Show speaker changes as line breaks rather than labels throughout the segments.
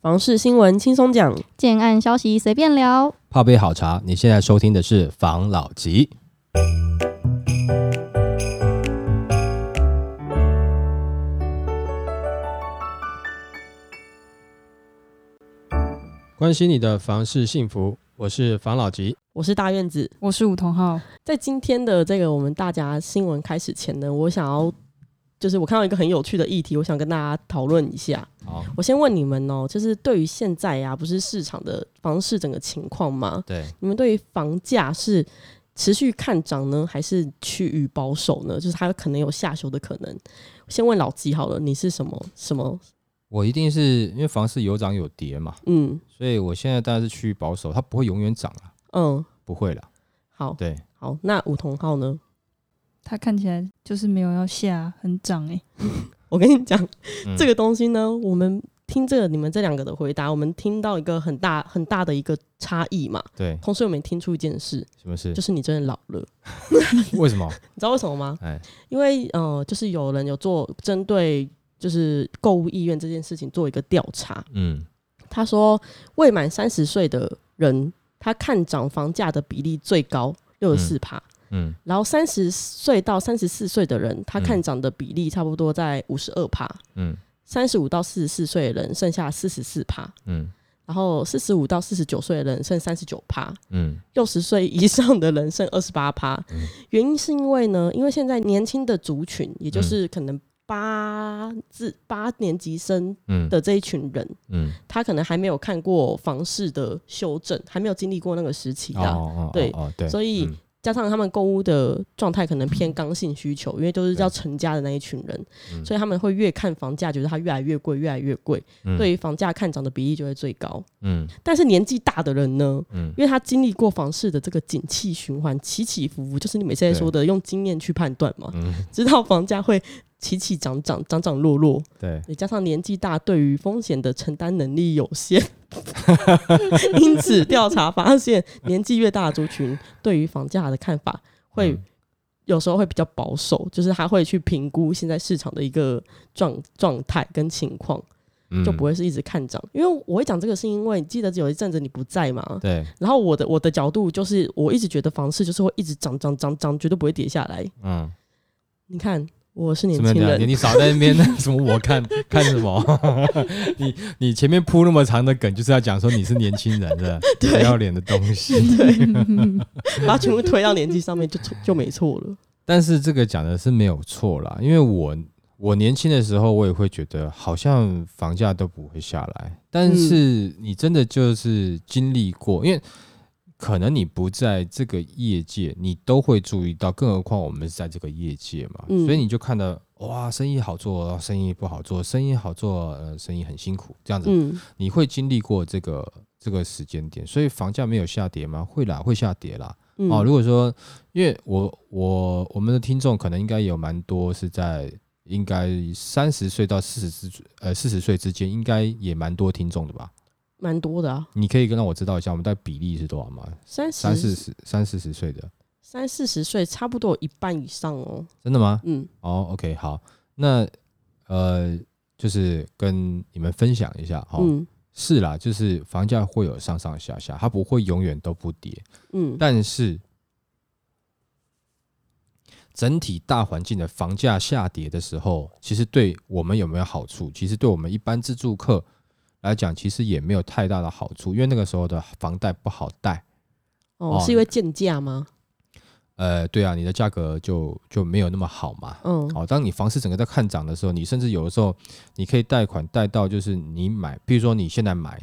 房事新闻轻松讲，
建案消息随便聊。
泡杯好茶，你现在收听的是防老集。关心你的房事幸福，我是防老集。
我是大院子。
我是吴同浩，
在今天的这个我们大家新闻开始前呢，我想要就是我看到一个很有趣的议题，我想跟大家讨论一下。
好，
我先问你们哦、就是对于现在啊，不是市场的房市整个情况吗？
对，
你们对于房价是持续看涨呢，还是趋于保守呢？就是它可能有下修的可能。先问老吉好了，你是什么什么？
我一定是因为房市有涨有跌嘛，
嗯
所以我现在当然是趋于保守，它不会永远涨啊，
嗯，
不会啦。
好
对，
好，那梧桐号呢？
他看起来就是没有要下，很涨哎、
我跟你讲，
嗯
这个东西呢，我们听这个你们这两个的回答，我们听到一个很大很大的一个差异嘛。
对，
同时，我们也听出一件事，
什么事
就？是你真的老了。
为什么？
你知道为什么吗？
哎，
因为呃，就是有人有做针对就是购物意愿这件事情做一个调查，
嗯，
他说未满三十岁的人，他看涨房价的比例最高六十四趴。
嗯，
然后三十岁到三十四岁的人，他看涨的比例差不多在五十二趴；
嗯，
三十五到四十四岁的人剩下四十四趴，
嗯，
然后四十五到四十九岁的人剩三十九趴，
嗯，
六十岁以上的人剩二十八趴
嗯。
原因是因为呢，因为现在年轻的族群，也
嗯
就是可能八至八年级生
嗯，
的这一群人，
嗯，
他可能还没有看过房市的修正，还没有经历过那个时期
哦
啊。
哦，
对
哦，对，
所以
嗯
加上他们购物的状态可能偏刚性需求，因为都是
对
要成家的那一群人，
嗯
所以他们会越看房价，觉得它越来越贵，越来越贵，
嗯
对于房价看涨的比例就会最高。
嗯
但是年纪大的人呢，
嗯
因为他经历过房市的这个景气循环起起伏伏，就是你每次在说的用经验去判断嘛，
嗯，
知道房价会起起涨涨涨涨落落，
对，
也加上年纪大，对于风险的承担能力有限， 因此调查发现，年纪越大的族群对于房价的看法会
嗯
有时候会比较保守，就是他会去评估现在市场的一个状状态跟情况，就不
会
会是一直看涨。因为我会讲这个，是因为你记得有一阵子你不在嘛。
嗯对，
然后我的我的角度就是，我一直觉得房市就是会一直涨涨涨涨，绝对不会跌下来。
嗯，
你看，我是年
怎么
轻
样？
人，
你少在那边 什么？我看看什么？ 你你前面铺那么长的梗，就是要讲说你是年轻人的不
对
要脸的东西。
把它全部推到年纪上面就 错就没错了。
但是这个讲的是没有错啦，因为我我年轻的时候，我也会觉得好像房价都不会下来，但是你真的就是经历过，因为。可能你不在这个业界，你都会注意到，更何况我们是在这个业界嘛，
嗯
所以你就看到哇，生意好做，然后生意不好做，生意好做，呃，生意很辛苦，这样子，
嗯，
你会经历过这个这个时间点，所以房价没有下跌吗？会啦，会下跌啦，
嗯
哦，如果说，因为我我我们的听众可能应该有蛮多是在应该三十岁到四十之呃四十岁之间，应该也蛮多听众的吧？
蛮多的啊，
你可以跟让我知道一下，我们大概比例是多少吗？
三十
三四十三四十岁的，
三四十岁，差不多有一半以上哦。
真的吗？
嗯，
哦，OK，好，那呃，就是跟你们分享一下哈、哦
嗯
是啦，就是房价会有上上下下，它不会永远都不跌，
嗯
但是整体大环境的房价下跌的时候，其实对我们有没有好处？其实对我们一般自住客来讲，其实也没有太大的好处，因为那个时候的房贷不好贷。
哦
哦，
是因为贱价吗？
呃，对啊，你的价格就就没有那么好嘛。
嗯
好、哦当你房市整个在看涨的时候，你甚至有的时候你可以贷款贷到，就是你买，比如说你现在买，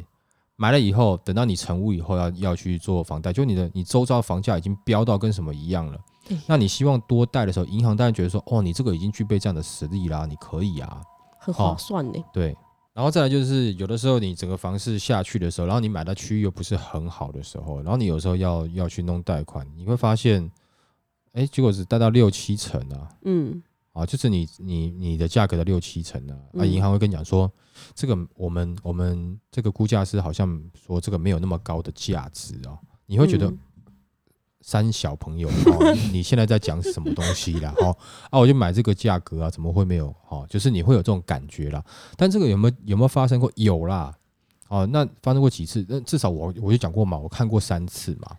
买了以后，等到你成屋以后要要去做房贷，就你的你周遭房价已经飙到跟什么一样了。
哎
那你希望多贷的时候，银行当然觉得说，哦，你这个已经具备这样的实力啦，你可以啊，
很划算呢。
对。然后再来就是，有的时候你整个房市下去的时候，然后你买到区域又不是很好的时候，然后你有时候要要去弄贷款，你会发现，哎，结果只贷到六七成啊，
嗯
啊，就是你你你的价格的六七成呢、啊，那、
嗯
银行会跟你讲说，这个我们我们这个估价师好像说这个没有那么高的价值哦，你会觉得、
嗯
三小朋友哦，你现在在讲什么东西啦？哦，啊，我就买这个价格啊，怎么会没有？哦，就是你会有这种感觉啦。但这个有没有有没有发生过？有啦。哦，那发生过几次？那至少我我就讲过嘛，我看过三次嘛。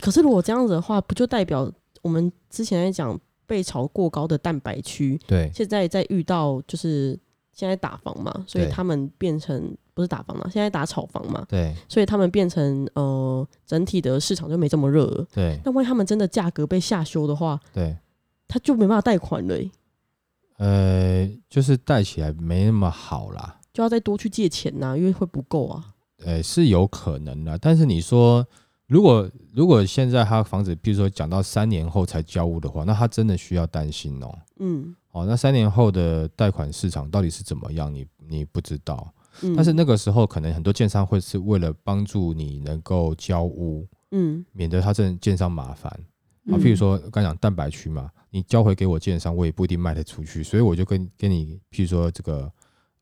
可是如果这样子的话，不就代表我们之前在讲被炒过高的蛋白区，
对
现在在遇到就是现在打房嘛，所以
对
他们变成不是打房嘛，现在打炒房嘛，
对
所以他们变成呃整体的市场就没这么热了。
对
那万一他们真的价格被下修的话，
对，
他就没办法贷款了欸、
呃，就是带起来没那么好啦，
就要再多去借钱呐、因为会不够啊。
呃，是有可能的。但是你说，如果如果现在他房子，比如说讲到三年后才交屋的话，那他真的需要担心哦。
嗯
哦，那三年后的贷款市场到底是怎么样？你你不知道，
嗯，
但是那个时候可能很多建商会是为了帮助你能够交屋，
嗯
免得他真的建商麻烦啊。
嗯
譬如说刚讲蛋白区嘛，你交回给我建商，我也不一定卖得出去，所以我就跟跟你，譬如说这个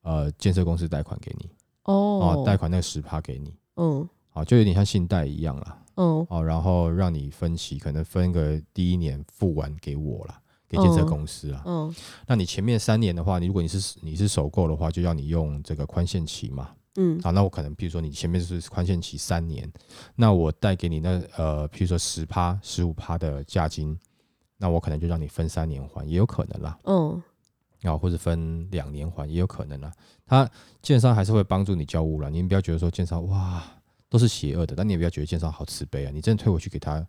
呃建设公司贷款给你，
哦
哦，贷款那个十趴给你，
嗯
啊，就有点像信贷一样啦，
嗯
哦，然后让你分期，可能分个第一年付完给我啦，给建设
嗯
公司啦。
嗯
那你前面三年的话，你如果你是你是首购的话，就要你用这个宽限期嘛。
嗯
好，那我可能比如说你前面是宽限期三年，那我带给你那呃，譬如说十趴、十五趴的价金，那我可能就让你分三年还，也有可能啦，
嗯
啊，或者分两年还也有可能啦。他建商还是会帮助你交屋啦，你不要觉得说建商哇都是邪恶的，但你也不要觉得建商好慈悲啊，你真的退回去给他，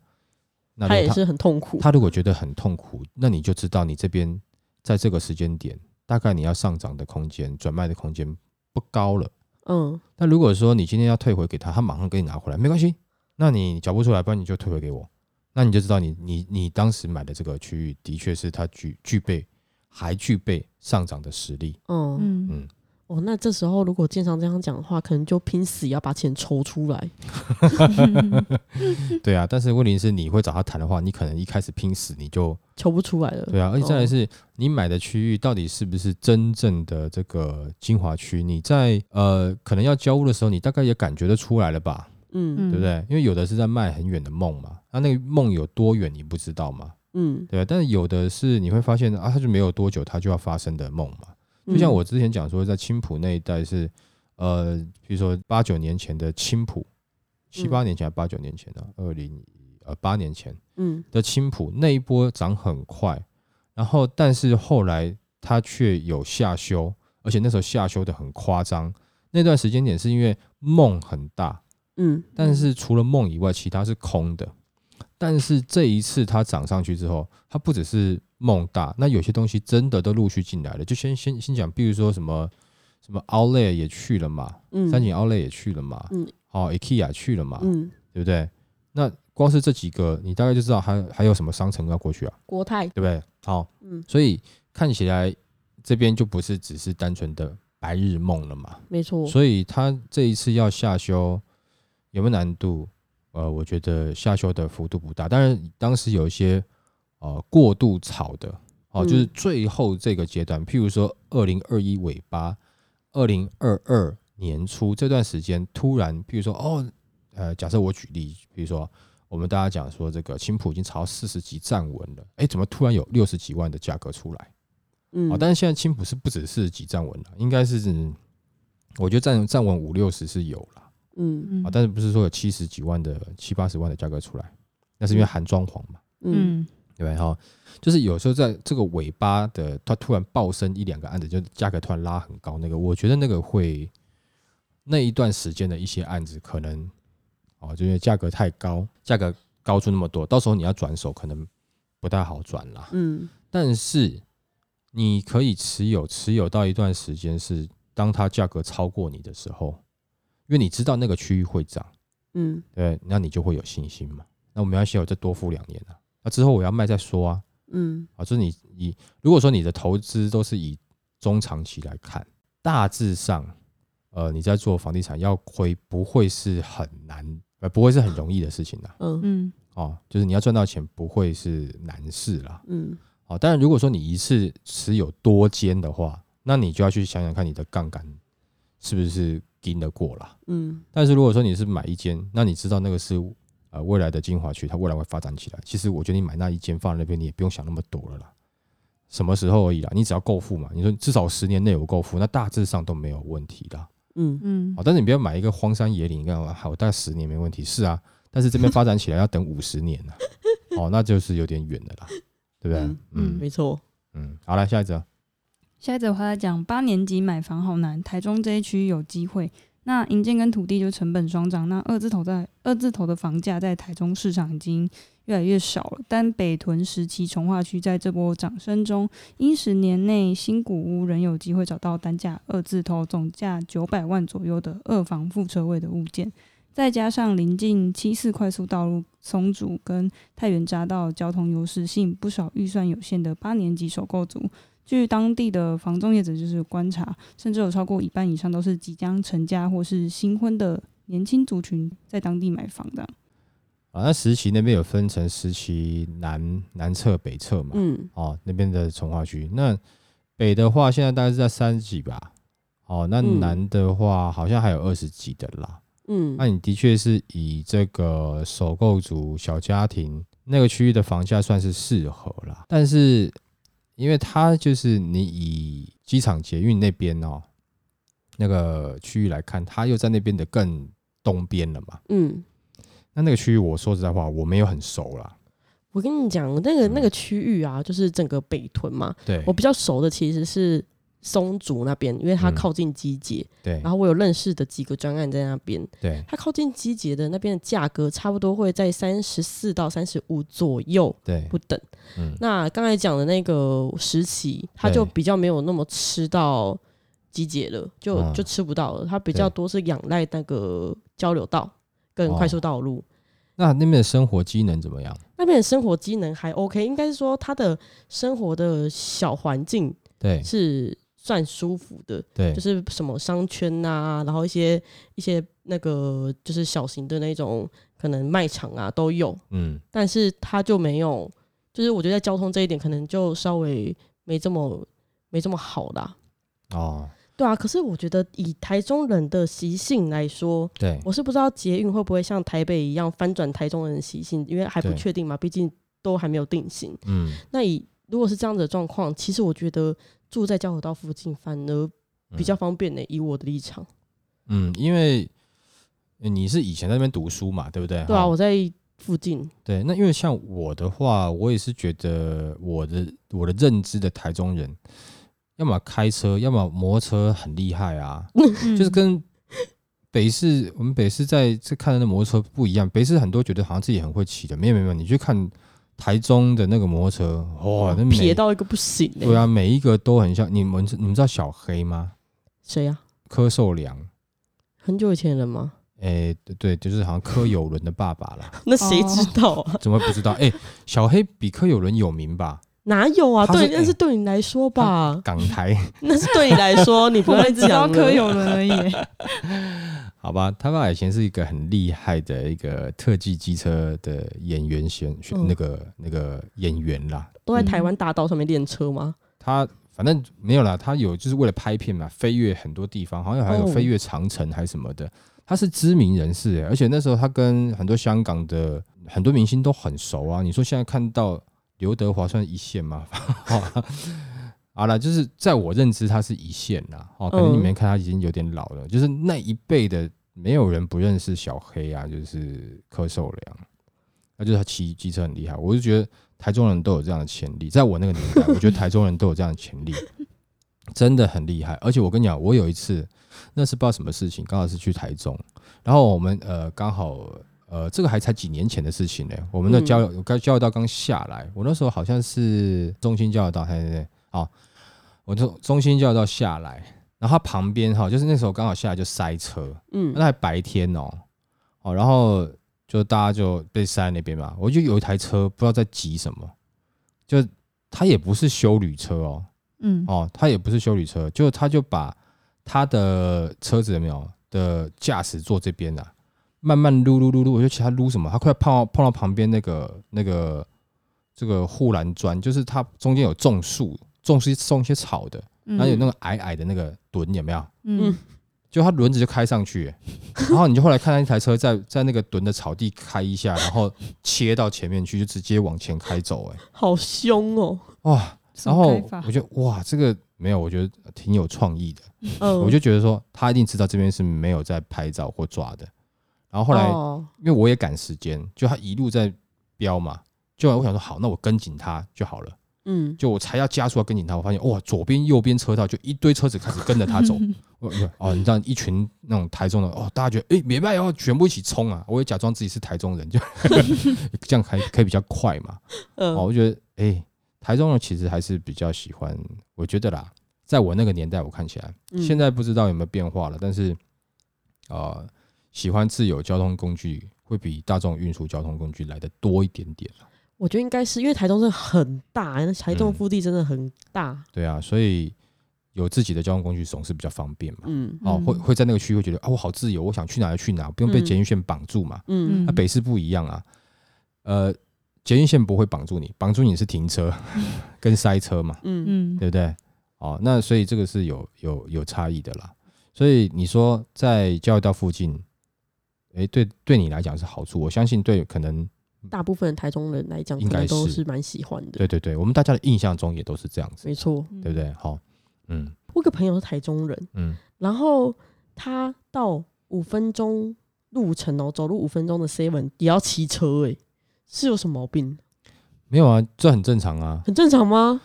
那
他
如
也
果
是很痛苦。
他如果觉得很痛苦，那你就知道你这边在这个时间点，大概你要上涨的空间、转卖的空间不高了。
嗯
那如果说你今天要退回给他，他马上给你拿回来，没关系。那你缴不出来，不然你就退回给我。那你就知道你你你当时买的这个区域的确是它具具备还具备上涨的实力。
嗯
嗯，
哦，那这时候如果建商这样讲的话，可能就拼死也要把钱抽出来。
对啊，但是问题是你会找他谈的话，你可能一开始拼死你就
抽不出来了。
对啊，而且再来
哦
是你买的区域到底是不是真正的这个精华区？你在呃可能要交屋的时候，你大概也感觉得出来了吧，
嗯
嗯
对不？对？因为有的是在卖很远的梦嘛，那那个梦有多远你不知道嘛，
嗯，
对，啊但是有的是你会发现啊，它就没有多久，它就要发生的梦嘛。
嗯
就像我之前讲说，在青浦那一带是，呃，比如说八九年前的青浦，七八年前还八九年前呢、二零呃八年前
嗯，
的青浦那一波涨很快，然后但是后来它却有下修，而且那时候下修的很夸张。那段时间点是因为梦很大，
嗯嗯
但是除了梦以外，其他是空的。但是这一次它涨上去之后，它不只是梦大，那有些东西真的都陆续进来了。就先先先讲，比如说什么什么 Outlet 也去了嘛，
嗯，
三井啊 Outlet 也去了嘛，
嗯
哦 IKEA 去了嘛，
嗯，
对不对？那光是这几个，你大概就知道还还有什么商城要过去啊，
国泰，
对不对？好，
嗯，
所以看起来这边就不是只是单纯的白日梦了嘛。
没错，
所以他这一次要下修有没有难度？呃，我觉得下修的幅度不大。当然，当时有一些呃过度炒的哦、
嗯
就是最后这个阶段，譬如说二零二一尾巴、二零二二年初这段时间，突然譬如说哦，呃，假设我举例，比如说我们大家讲说这个青浦已经炒到四十几站稳了，哎，怎么突然有六十几万的价格出来？
嗯
哦，，但是现在青浦是不止四十几站稳了，应该是我觉得站站稳五六十是有了
嗯
啊，
嗯
但是不是说有七十几万的七八十万的价格出来，那是因为含装潢嘛，
嗯
嗯
对不对？哈，就是有时候在这个尾巴的它突然暴升一两个案子，就价格突然拉很高，那个我觉得那个会那一段时间的一些案子可能哦，就因为价格太高，价格高出那么多，到时候你要转手可能不太好转啦。
嗯
但是你可以持有，持有到一段时间是当它价格超过你的时候，因为你知道那个区域会涨，
嗯
对，那你就会有信心嘛。那我没关系，我再多付两年啊，那之后我要卖再说啊。
嗯
啊，就是你以如果说你的投资都是以中长期来看，大致上，呃，你在做房地产要亏不会是很难，呃，不会是很容易的事情啦。
嗯
嗯
哦，就是你要赚到钱不会是难事啦。
嗯
好，当然如果说你一次持有多间的话，那你就要去想想看你的杠杆是不是盯得过啦。
嗯
但是如果说你是买一间，那你知道那个是呃未来的精华区，它未来会发展起来。其实我觉得你买那一间放在那边，你也不用想那么多了啦。什么时候而已啦，你只要够付嘛。你说至少十年内有够付，那大致上都没有问题啦。
嗯，
嗯
好，，但是你不要买一个荒山野岭，你看哇好，大概十年没问题，是啊，但是这边发展起来要等五十年呢、 哦，那就是有点远了啦，对不对？
嗯
嗯嗯
没错，
好来下一则，
下一则我还在讲八年级买房好难，台中这一区有机会。那营建跟土地就成本双涨，那二字头在二字头的房价在台中市场已经越来越少了。但北屯时期从化区在这波涨升中，因十年内新古屋仍有机会找到单价二字头、总价九百万左右的二房副车位的物件。再加上临近七四快速道路、松竹跟太原匝道交通优势，吸引不少预算有限的八年级首购族据当地的房仲业者就是观察，甚至有超过一半以上都是即将成家或是新婚的年轻族群在当地买房 的。
啊，那石岐那边有分成石岐南南侧、北侧嘛？
嗯，
哦，那边的从化区。那北的话，现在大概是在三十几吧。哦，那
嗯
南的话，好像还有二十几的啦。
嗯
那你的确是以这个首购族小家庭那个区域的房价算是适合啦，但是因为它就是你以机场捷运那边哦那个区域来看，它又在那边的更东边了嘛。
嗯，
那那个区域，我说实在话，我没有很熟啦。
我跟你讲，那个那个区域啊，就是整个北屯嘛，
对
我比较熟的其实是松竹那边，因为它
嗯
靠近机捷，
对
然后我有认识的几个专案在那边，
对
它靠近机捷的那边的价格差不多会在三十四到三十五左右
对，
不等。
嗯，
那刚才讲的那个时期，它就比较没有那么吃到集结了，就、
嗯
就吃不到了。它比较
对
多是仰赖那个交流道跟
哦
快速道路、
那那边的生活机能怎么样？
那边的生活机能还 OK，应该是说它的生活的小环境
对
是算舒服的，
对，
就是什么商圈啊，然后一些一些那个就是小型的那种可能卖场啊都有，
嗯，
但是他就没有，就是我觉得在交通这一点可能就稍微没这么没这么好啦。
哦，
对啊，可是我觉得以台中人的习性来说，
对
我是不知道捷运会不会像台北一样翻转台中人的习性，因为还不
对
确定嘛，毕竟都还没有定型。
嗯
那以如果是这样子的状况，其实我觉得住在交流道附近反而比较方便呢、以我的立场，
嗯，因为呃你是以前在那边读书嘛，对不对？
对啊，
哈
我在附近，
对，那因为像我的话，我也是觉得我的我的认知的台中人，要么开车，要么摩托车很厉害啊，
嗯
就是跟北市我们北市在这看的那摩托车不一样，北市很多觉得好像自己很会骑的，没有没有，没有你去看台中的那个摩托车，哇、那每
哦撇到一个不行呢、
对啊，每一个都很像。你们你们知道小黑吗？
谁啊？
柯受良，
很久以前的人吗？
哎、对对，就是好像柯有伦的爸爸啦。
那谁
哦
知道啊？
怎么不知道？ 哎、小黑比柯有伦有名吧？
哪有啊？
他是
对，那是对你来说吧，
港 台
那是对你来说，你不
我
要一
嗯只
直
知
讲
道
了
柯有伦 而已。
好吧，他爸以前是一个很厉害的一个特技机车的演员选选、
嗯
那个那个演员啦。
都在台湾大道上面练车吗？
他反正没有啦，他有就是为了拍片嘛，飞越很多地方，好像还有
哦
飞越长城还是什么的。他是知名人士、哎而且那时候他跟很多香港的很多明星都很熟啊。你说现在看到刘德华算一线吗？ 好了，就是在我认知他是一线啦。哦，可能你
嗯
们看他已经有点老了，就是那一辈的没有人不认识小黑啊，就是柯受良，那就是他骑机车很厉害。我就觉得台中人都有这样的潜力，在我那个年代，我觉得台中人都有这样的潜力，真的很厉害。而且我跟你讲，我有一次，那是不知道什么事情，刚好是去台中，然后我们呃刚好呃这个还才几年前的事情呢，我们的
嗯
交流刚、交流道刚下来，我那时候好像是中心交流道，对对对，好，我从中心交流道下来，然后它旁边哈，就是那时候刚好下来就塞车，
嗯
那，还白天哦，哦，然后就大家就被塞在那边嘛。我就有一台车不知道在急什么，就他也不是修旅车哦，
嗯，
哦，他也不是修旅车，就他就把他的车子有没有的驾驶座这边啊，慢慢撸撸撸撸，我就其他撸什么，他快碰到碰到旁边那个那个这个护栏砖，就是它中间有种树，种些种一些草的，
嗯
然后有那个矮矮的那个墩有没有？
嗯
就它轮子就开上去，然后你就后来看到一台车在在那个墩的草地开一下，然后切到前面去，就直接往前开走，哎，
好凶哦，
哇！
什
然
么
后
开法
我就哇，这个没有，我觉得挺有创意的。
嗯，
我就觉得说他一定知道这边是没有在拍照或抓的。然后后来
哦
因为我也赶时间，就他一路在飙嘛，就我想说好，那我跟紧他就好了。
嗯，
就我才要加速要跟紧他，我发现哇，左边右边车道就一堆车子开始跟着 他走。我我哦，你知道一群那种台中的哦，大家觉得哎，没办法，全部一起冲啊！我也假装自己是台中 人，就这样还可以比较快嘛。
嗯
哦，我觉得哎、台中人其实还是比较喜欢，我觉得啦，在我那个年代我看起来，
嗯
现在不知道有没有变化了，但是呃，喜欢自有交通工具会比大众运输交通工具来的多一点点啦
我觉得应该是因为台中真的很大，那台中
嗯
腹地真的很大，
对啊，所以有自己的交通工具总是比较方便嘛。
嗯
哦，会
嗯
会在那个区会觉得啊，我好自由，我想去哪就去哪，不用被
嗯
捷运线绑住嘛。
嗯
那、北市不一样啊，呃，捷运线不会绑住你，绑住你是停车跟塞车嘛。
嗯
嗯
对不对？哦，那所以这个是有有有差异的啦。所以你说在交流道附近，诶，对对你来讲是好处，我相信对可能
大部分台中人来讲，
应
可能
该
都
是
是蛮喜欢的，
对对对，我们大家的印象中也都是这样子，
没错。
对不对？好、嗯
我有个朋友是台中人，
嗯，
然后他到五分钟路程哦，走路五分钟的 seven 也要骑车、欸，是有什么毛病？
没有啊，这很正常啊。
很正常吗？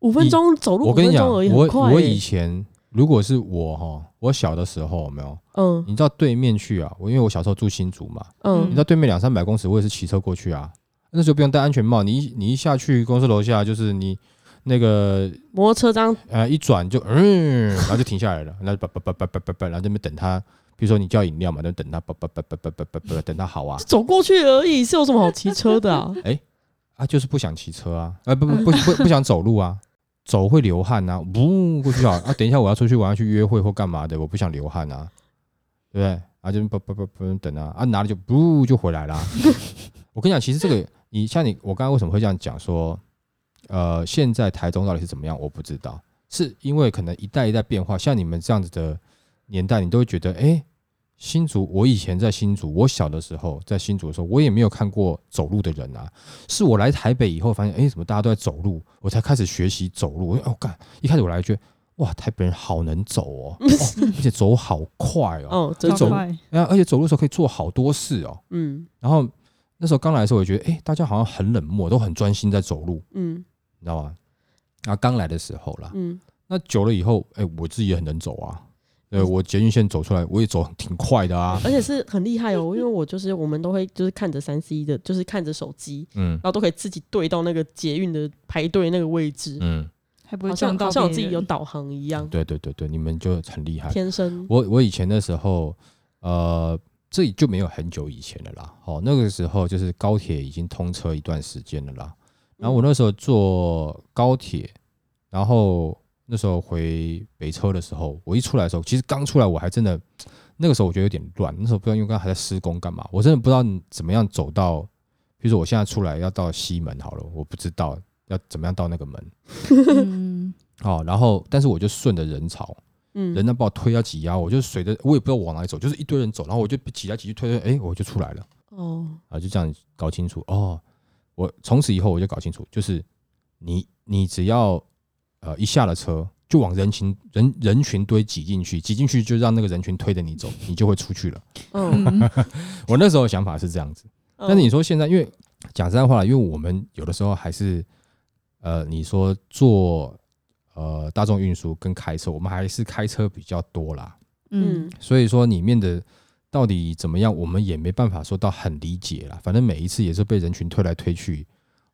五分钟走路
我
五
跟
分
你讲，
钟而已，
我
很快、
我
欸
以前如果是我哈，我小的时候有没有，
嗯
你知道对面去啊，我因为我小时候住新竹嘛，你
嗯
到对面两三百公尺，我也是骑车过去啊。那时候不用戴安全帽，你一你一下去公司楼下，就是你那个
摩托车这样，
呃一转就嗯，然后就停下来了， 然后叭叭叭叭叭叭叭，然后这边等他。比如说你叫饮料嘛，就等他叭叭叭叭叭叭叭叭，等他好啊
走过去而已，是有什么好骑车的 啊？
啊，就是不想骑车啊，啊不不不不不想走路啊，走会流汗啊，呜过去就好啊。等一下我要出去，我要去约会或干嘛的，我不想流汗啊，对不对？啊就叭叭叭叭等啊啊拿了就不就回来啦。我跟你讲，其实这个你像你，我刚刚为什么会这样讲说，呃，现在台中到底是怎么样，我不知道，是因为可能一代一代变化，像你们这样子的年代，你都会觉得，哎、新竹，我以前在新竹，我小的时候在新竹的时候，我也没有看过走路的人啊，是我来台北以后发现，哎、怎么大家都在走路，我才开始学习走路。我就哦，干，一开始我来觉得，哇，台北人好能走哦，哦而且走好快哦，
嗯哦，真
超
走，
快
啊，而且走路的时候可以做好多事哦。
嗯
然后那时候刚来的时候，我觉得哎、诶大家好像很冷漠，都很专心在走路，
嗯
你知道吗？啊，刚来的时候啦，
嗯，
那久了以后，哎、我自己也很能走啊。对我捷运线走出来，我也走挺快的啊。
嗯而且是很厉害哦，因为我就是我们都会就是看着三 C 的，就是看着手机，
嗯
然后都可以自己对到那个捷运的排队那个位置，
嗯，
还不
好
会
像
撞到
好像我
别
自己有
人
导航一样，
对对对对，你们就很厉害。
天生
我我以前的时候，呃，这就没有很久以前了啦。哦，那个时候就是高铁已经通车一段时间了啦。然后我那时候坐高铁，然后那时候回北车的时候，我一出来的时候，其实刚出来我还真的，那个时候我觉得有点乱，那时候不知道因为刚才还在施工干嘛，我真的不知道你怎么样走到，比如说我现在出来要到西门好了，我不知道要怎么样到那个门
嗯
哦，然后但是我就顺着人潮，
嗯
人家把我推啊挤压，我就随着我也不知道往哪里走，就是一堆人走，然后我就挤来挤去推推，哎、我就出来了
哦，
啊，就这样搞清楚哦。我从此以后我就搞清楚，就是你你只要呃一下了车，就往人群人人群堆挤进去，挤进去就让那个人群推着你走，你就会出去了。
嗯，
嗯，
我那时候的想法是这样子，但是你说现在，因为讲实在话啦，因为我们有的时候还是呃，你说坐呃大众运输跟开车，我们还是开车比较多啦。
嗯
嗯，
所以说里面的到底怎么样，我们也没办法说到很理解啦。反正每一次也是被人群推来推去，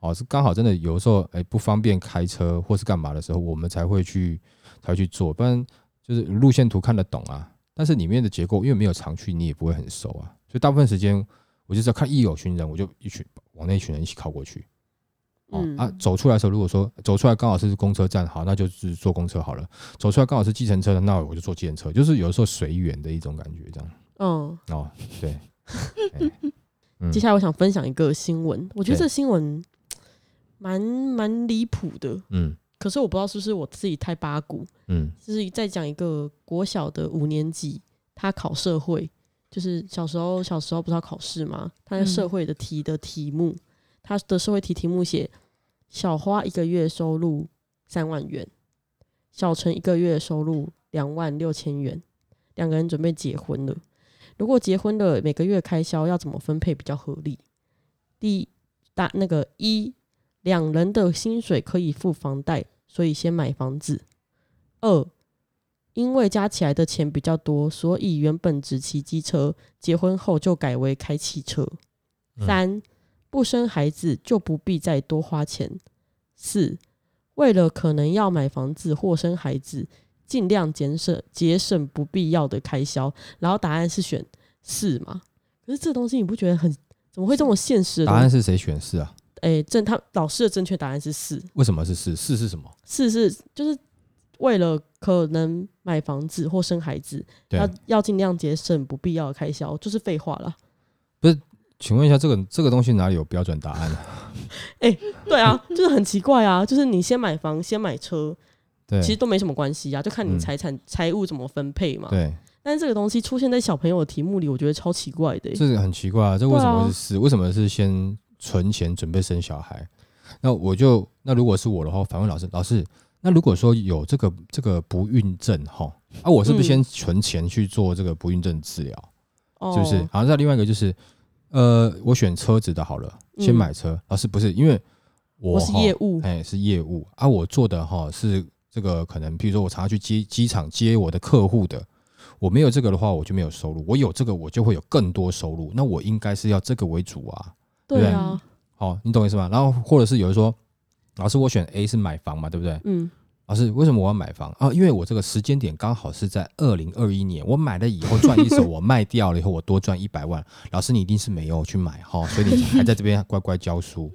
哦，是刚好真的有时候哎、不方便开车或是干嘛的时候，我们才会去才会去做，不然就是路线图看得懂啊，但是里面的结构因为没有常去，你也不会很熟啊。所以大部分时间我就是要看一有群人，我就一群往那群人一起靠过去。哦、
嗯
啊，走出来的时候，如果说走出来刚好是公车站，好，那就是坐公车好了。走出来刚好是计程车的，那我就坐计程车，就是有时候随缘的一种感觉，这样
嗯，
哦， 对，哎嗯
接下来我想分享一个新闻，我觉得
对
这新闻蛮蛮离谱的，
嗯
可是我不知道是不是我自己太八股，
嗯
就是在讲一个国小的五年级，他考社会，就是小时候小时候不是要考试吗？他在
嗯
社会的题的题目，他的社会题题目写小花一个月收入三万元，小陈一个月收入两万六千元，两个人准备结婚了。如果结婚了，每个月开销要怎么分配比较合理？第大那个一，两人的薪水可以付房贷，所以先买房子。二，因为加起来的钱比较多，所以原本只骑机车，结婚后就改为开汽车。
嗯
三，不生孩子就不必再多花钱。四，为了可能要买房子或生孩子，尽量节省节省不必要的开销。然后答案是选四嘛？可是这东西你不觉得很怎么会这么现实的
答
东
案
西？
是谁选四啊？
哎、正他老师的正确答案是四，
为什么是四？四是什么？
四是就是为了可能买房子或生孩子，
对
要要尽量节省不必要的开销，就是废话啦。
请问一下，这个这个东西哪里有标准答案啊？
对 啊，就是很奇怪啊，就是你先买房，先买车，
对，
其实都没什么关系啊，就看你
嗯
财产财务怎么分配嘛。
对，
但是这个东西出现在小朋友的题目里，我觉得超奇怪的欸、
这个很奇怪啊，这为什么
对啊
会是四？为什么是先存钱准备生小孩？那我就那如果是我的话，反问老师，老师，那如果说有这个这个不孕症哈，啊，我是不是
嗯
先存钱去做这个不孕症治疗？
哦
是不是？然后再另外一个就是，呃，我选车子的好了，
嗯
先买车。老师不是，因为我
我是
哈
业务
哎、是业务啊，我做的哈是这个可能，譬如说我常常去机机场接我的客户的，我没有这个的话，我就没有收入；我有这个，我就会有更多收入。那我应该是要这个为主啊，
对啊，
好、你懂我意思吗？然后或者是有人说，老师，我选 A 是买房嘛，对不对？
嗯，
老师，为什么我要买房啊？因为我这个时间点刚好是在二零二一年，我买了以后赚一手，我卖掉了以后我多赚一百万。老师，你一定是没有去买哈，所以你还在这边乖乖教书。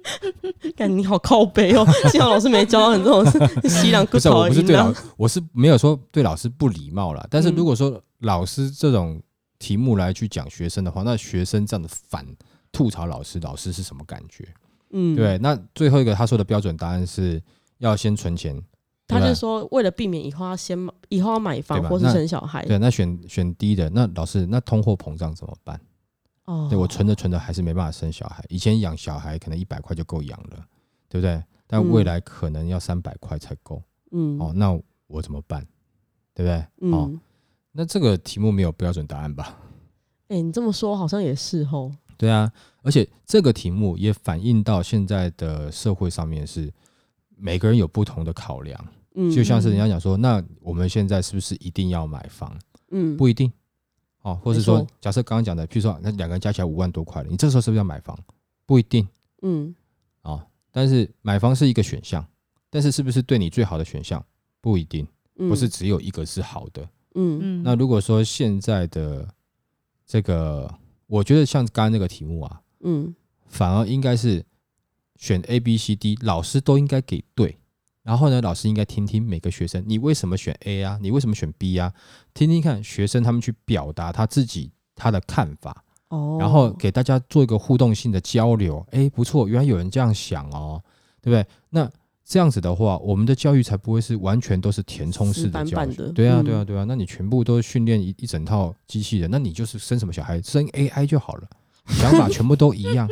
感你好靠背哦，幸好老师没教到你这种西凉
不
骨
是啊，
头的
我不是
音
对老
量。，
我是没有说对老师不礼貌啦。但是
嗯
如果说老师这种题目来去讲学生的话，那学生这样的反吐槽老师，老师是什么感觉？
嗯，
对，，那最后一个他说的标准答案是要先存钱。
他
对吧
就说为了避免以后要先买以后要买房
对吧
或是
那
生小孩，
对，那选选低的，那老师，那通货膨胀怎么办？
哦，
对我存着存着还是没办法生小孩。以前养小孩可能一百块就够养了，对不对？但
嗯
未来可能要三百块才够、
嗯
哦，那我怎么办？对不对？
嗯，哎、
哦那这个题目没有标准答案吧？
哎你这么说好像也是哦吼，
对啊，而且这个题目也反映到现在的社会上面是每个人有不同的考量，
嗯，
就像是人家讲说，那我们现在是不是一定要买房？
嗯，
不一定。哦，或是说
没错，
假设刚刚讲的，譬如说那两个人加起来五万多块了，你这时候是不是要买房？不一定。
嗯
啊、但是买房是一个选项，但是是不是对你最好的选项不一定，
嗯，
不是只有一个是好的。
嗯
嗯，
那如果说现在的这个，我觉得像刚刚那个题目啊，
嗯
反而应该是选 A、B、C、D，老师都应该给对。然后呢，老师应该听听每个学生，你为什么选 A 啊？你为什么选 B 啊？听听看学生他们去表达他自己他的看法，
哦，
然后给大家做一个互动性的交流。诶，不错，原来有人这样想哦，对不对？那这样子的话，我们的教育才不会是完全都是填充式的
死
教
板板
育。
的
对啊，
嗯
对啊，对啊。那你全部都训练一一整套机器人，那你就是生什么小孩，生 AI 就好了，想法全部都一 样，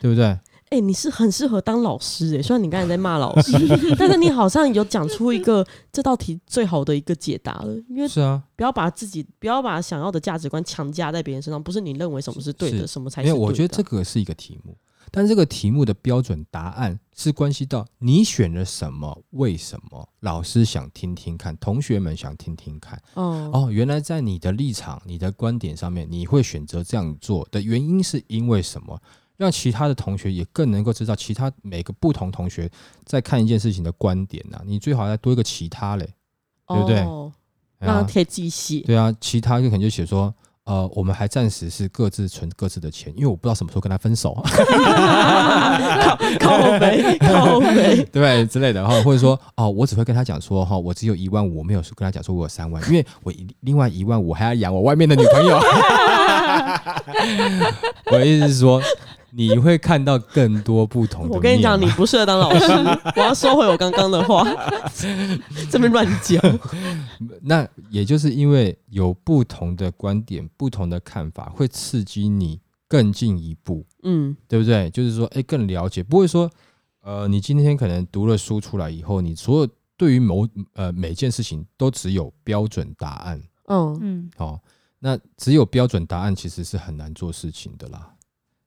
对不对？
哎、你是很适合当老师哎、虽然你刚才在骂老师， 但是你好像有讲出一个这道题最好的一个解答了。因为
是啊，
不要把自己不要把想要的价值观强加在别人身上，不是你认为什么是对的，
是
什么才是
没有，
对的。
我觉得这个是一个题目，但这个题目的标准答案是关系到你选了什么，为什么。老师想听听看，同学们想听听看。
哦
哦，原来在你的立场、你的观点上面，你会选择这样做的原因是因为什么？让其他的同学也更能够知道其他每个不同同学在看一件事情的观点呐、你最好再多一个其他嘞，对不对
哦、
哎呀
让他可以自己写。
对啊，其他就可能就写说，呃，我们还暂时是各自存各自的钱，因为我不知道什么时候跟他分手，啊
靠靠背靠 背，
对之类的哈，或者说，哦，我只会跟他讲说，哈，我只有一万五，我没有跟他讲说我有三万，因为我一另外一万五还要养我外面的女朋友。 我的意思是说，你会看到更多不同的面嘛。啊
我跟你讲，你不适合当老 师。我要收回我刚刚的话， 这边乱讲。
那也就是因为有不同的观点、不同的看法，会刺激你更进一步。
嗯
对不对？就是说，哎，更了解，不会说，呃，你今天可能读了书出来以后，你所有对于某呃每件事情都只有标准答案
嗯，
嗯，
哦。那只有标准答案其实是很难做事情的啦，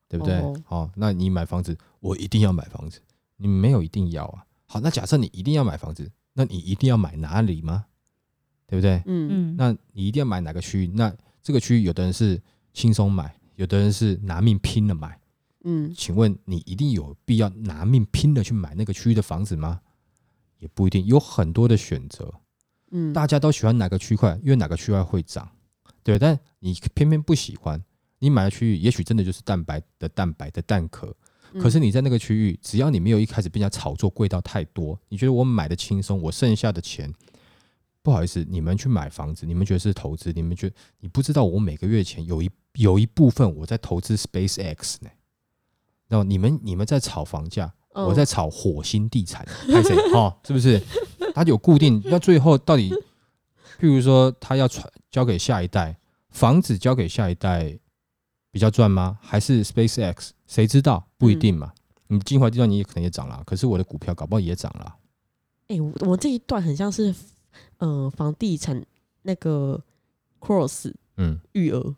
对不对？
哦
哦，那你买房子，我一定要买房子，你没有一定要啊。好，那假设你一定要买房子，那你一定要买哪里吗？对不对？
嗯，
嗯，
那你一定要买哪个区域？那这个区域有的人是轻松买，有的人是拿命拼了买。
嗯，
请问你一定有必要拿命拼了去买那个区域的房子吗？也不一定，有很多的选择。
嗯，
大家都喜欢哪个区块，因为哪个区块会涨，对。但你偏偏不喜欢，你买的区域也许真的就是蛋白的蛋白的蛋壳，
嗯
可是你在那个区域，只要你没有一开始被人家炒作贵到太多，你觉得我买的轻松，我剩下的钱，不好意思，你们去买房子，你们觉得是投资，你们觉得你不知道我每个月前有一有一部分我在投资 SpaceX 呢，然后你们你们在炒房价，
嗯
我在炒火星地产，拍谁哈？是不是？它有固定，那最后到底，譬如说，他要传交给下一代，房子交给下一代比较赚吗？还是 SpaceX？谁知道？不一定嘛。
嗯
你精华地段你也可能也涨了，啊可是我的股票搞不好也涨了。啊
哎、我我这一段很像是，呃，房地产那个 cross
嗯，
育儿，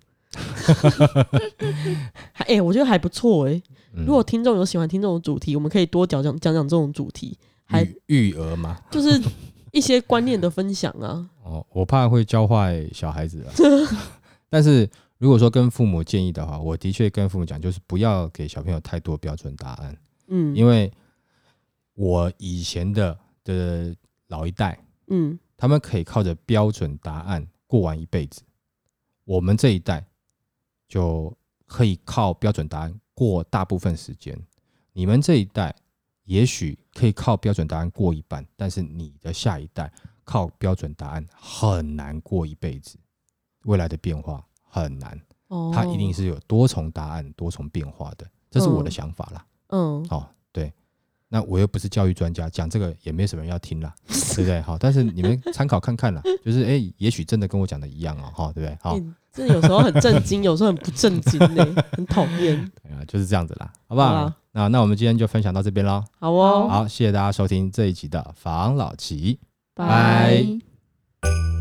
哎、欸我觉得还不错哎、
嗯
如果听众有喜欢听这种主题，我们可以多讲讲讲讲这种主题，还
育育儿嘛，
就是一些观念的分享啊。
哦，我怕会教坏小孩子啊。 但是如果说跟父母建议的话，我的确跟父母讲，就是不要给小朋友太多标准答案。
嗯，
因为我以前的的老一代，
嗯
他们可以靠着标准答案过完一辈子，我们这一代就可以靠标准答案过大部分时间。你们这一代也许可以靠标准答案过一半，但是你的下一代靠标准答案很难过一辈子，未来的变化很难，
哦，
它一定是有多重答案、多重变化的，这是我的
嗯
想法啦。
嗯
哦，对，那我又不是教育专家，讲这个也没什么人要听啦， 对不对？好，但是你们参考看看啦，就是哎、也许真的跟我讲的一样哦，哈、对不对？好、
欸真的有时候很震惊，有时候很不震惊呢、很讨厌。
哎呀就是这样子啦，好不好？
好啊
那那我们今天就分享到这边喽，
好哦，
好，谢谢大家收听这一集的防老奇。拜
拜。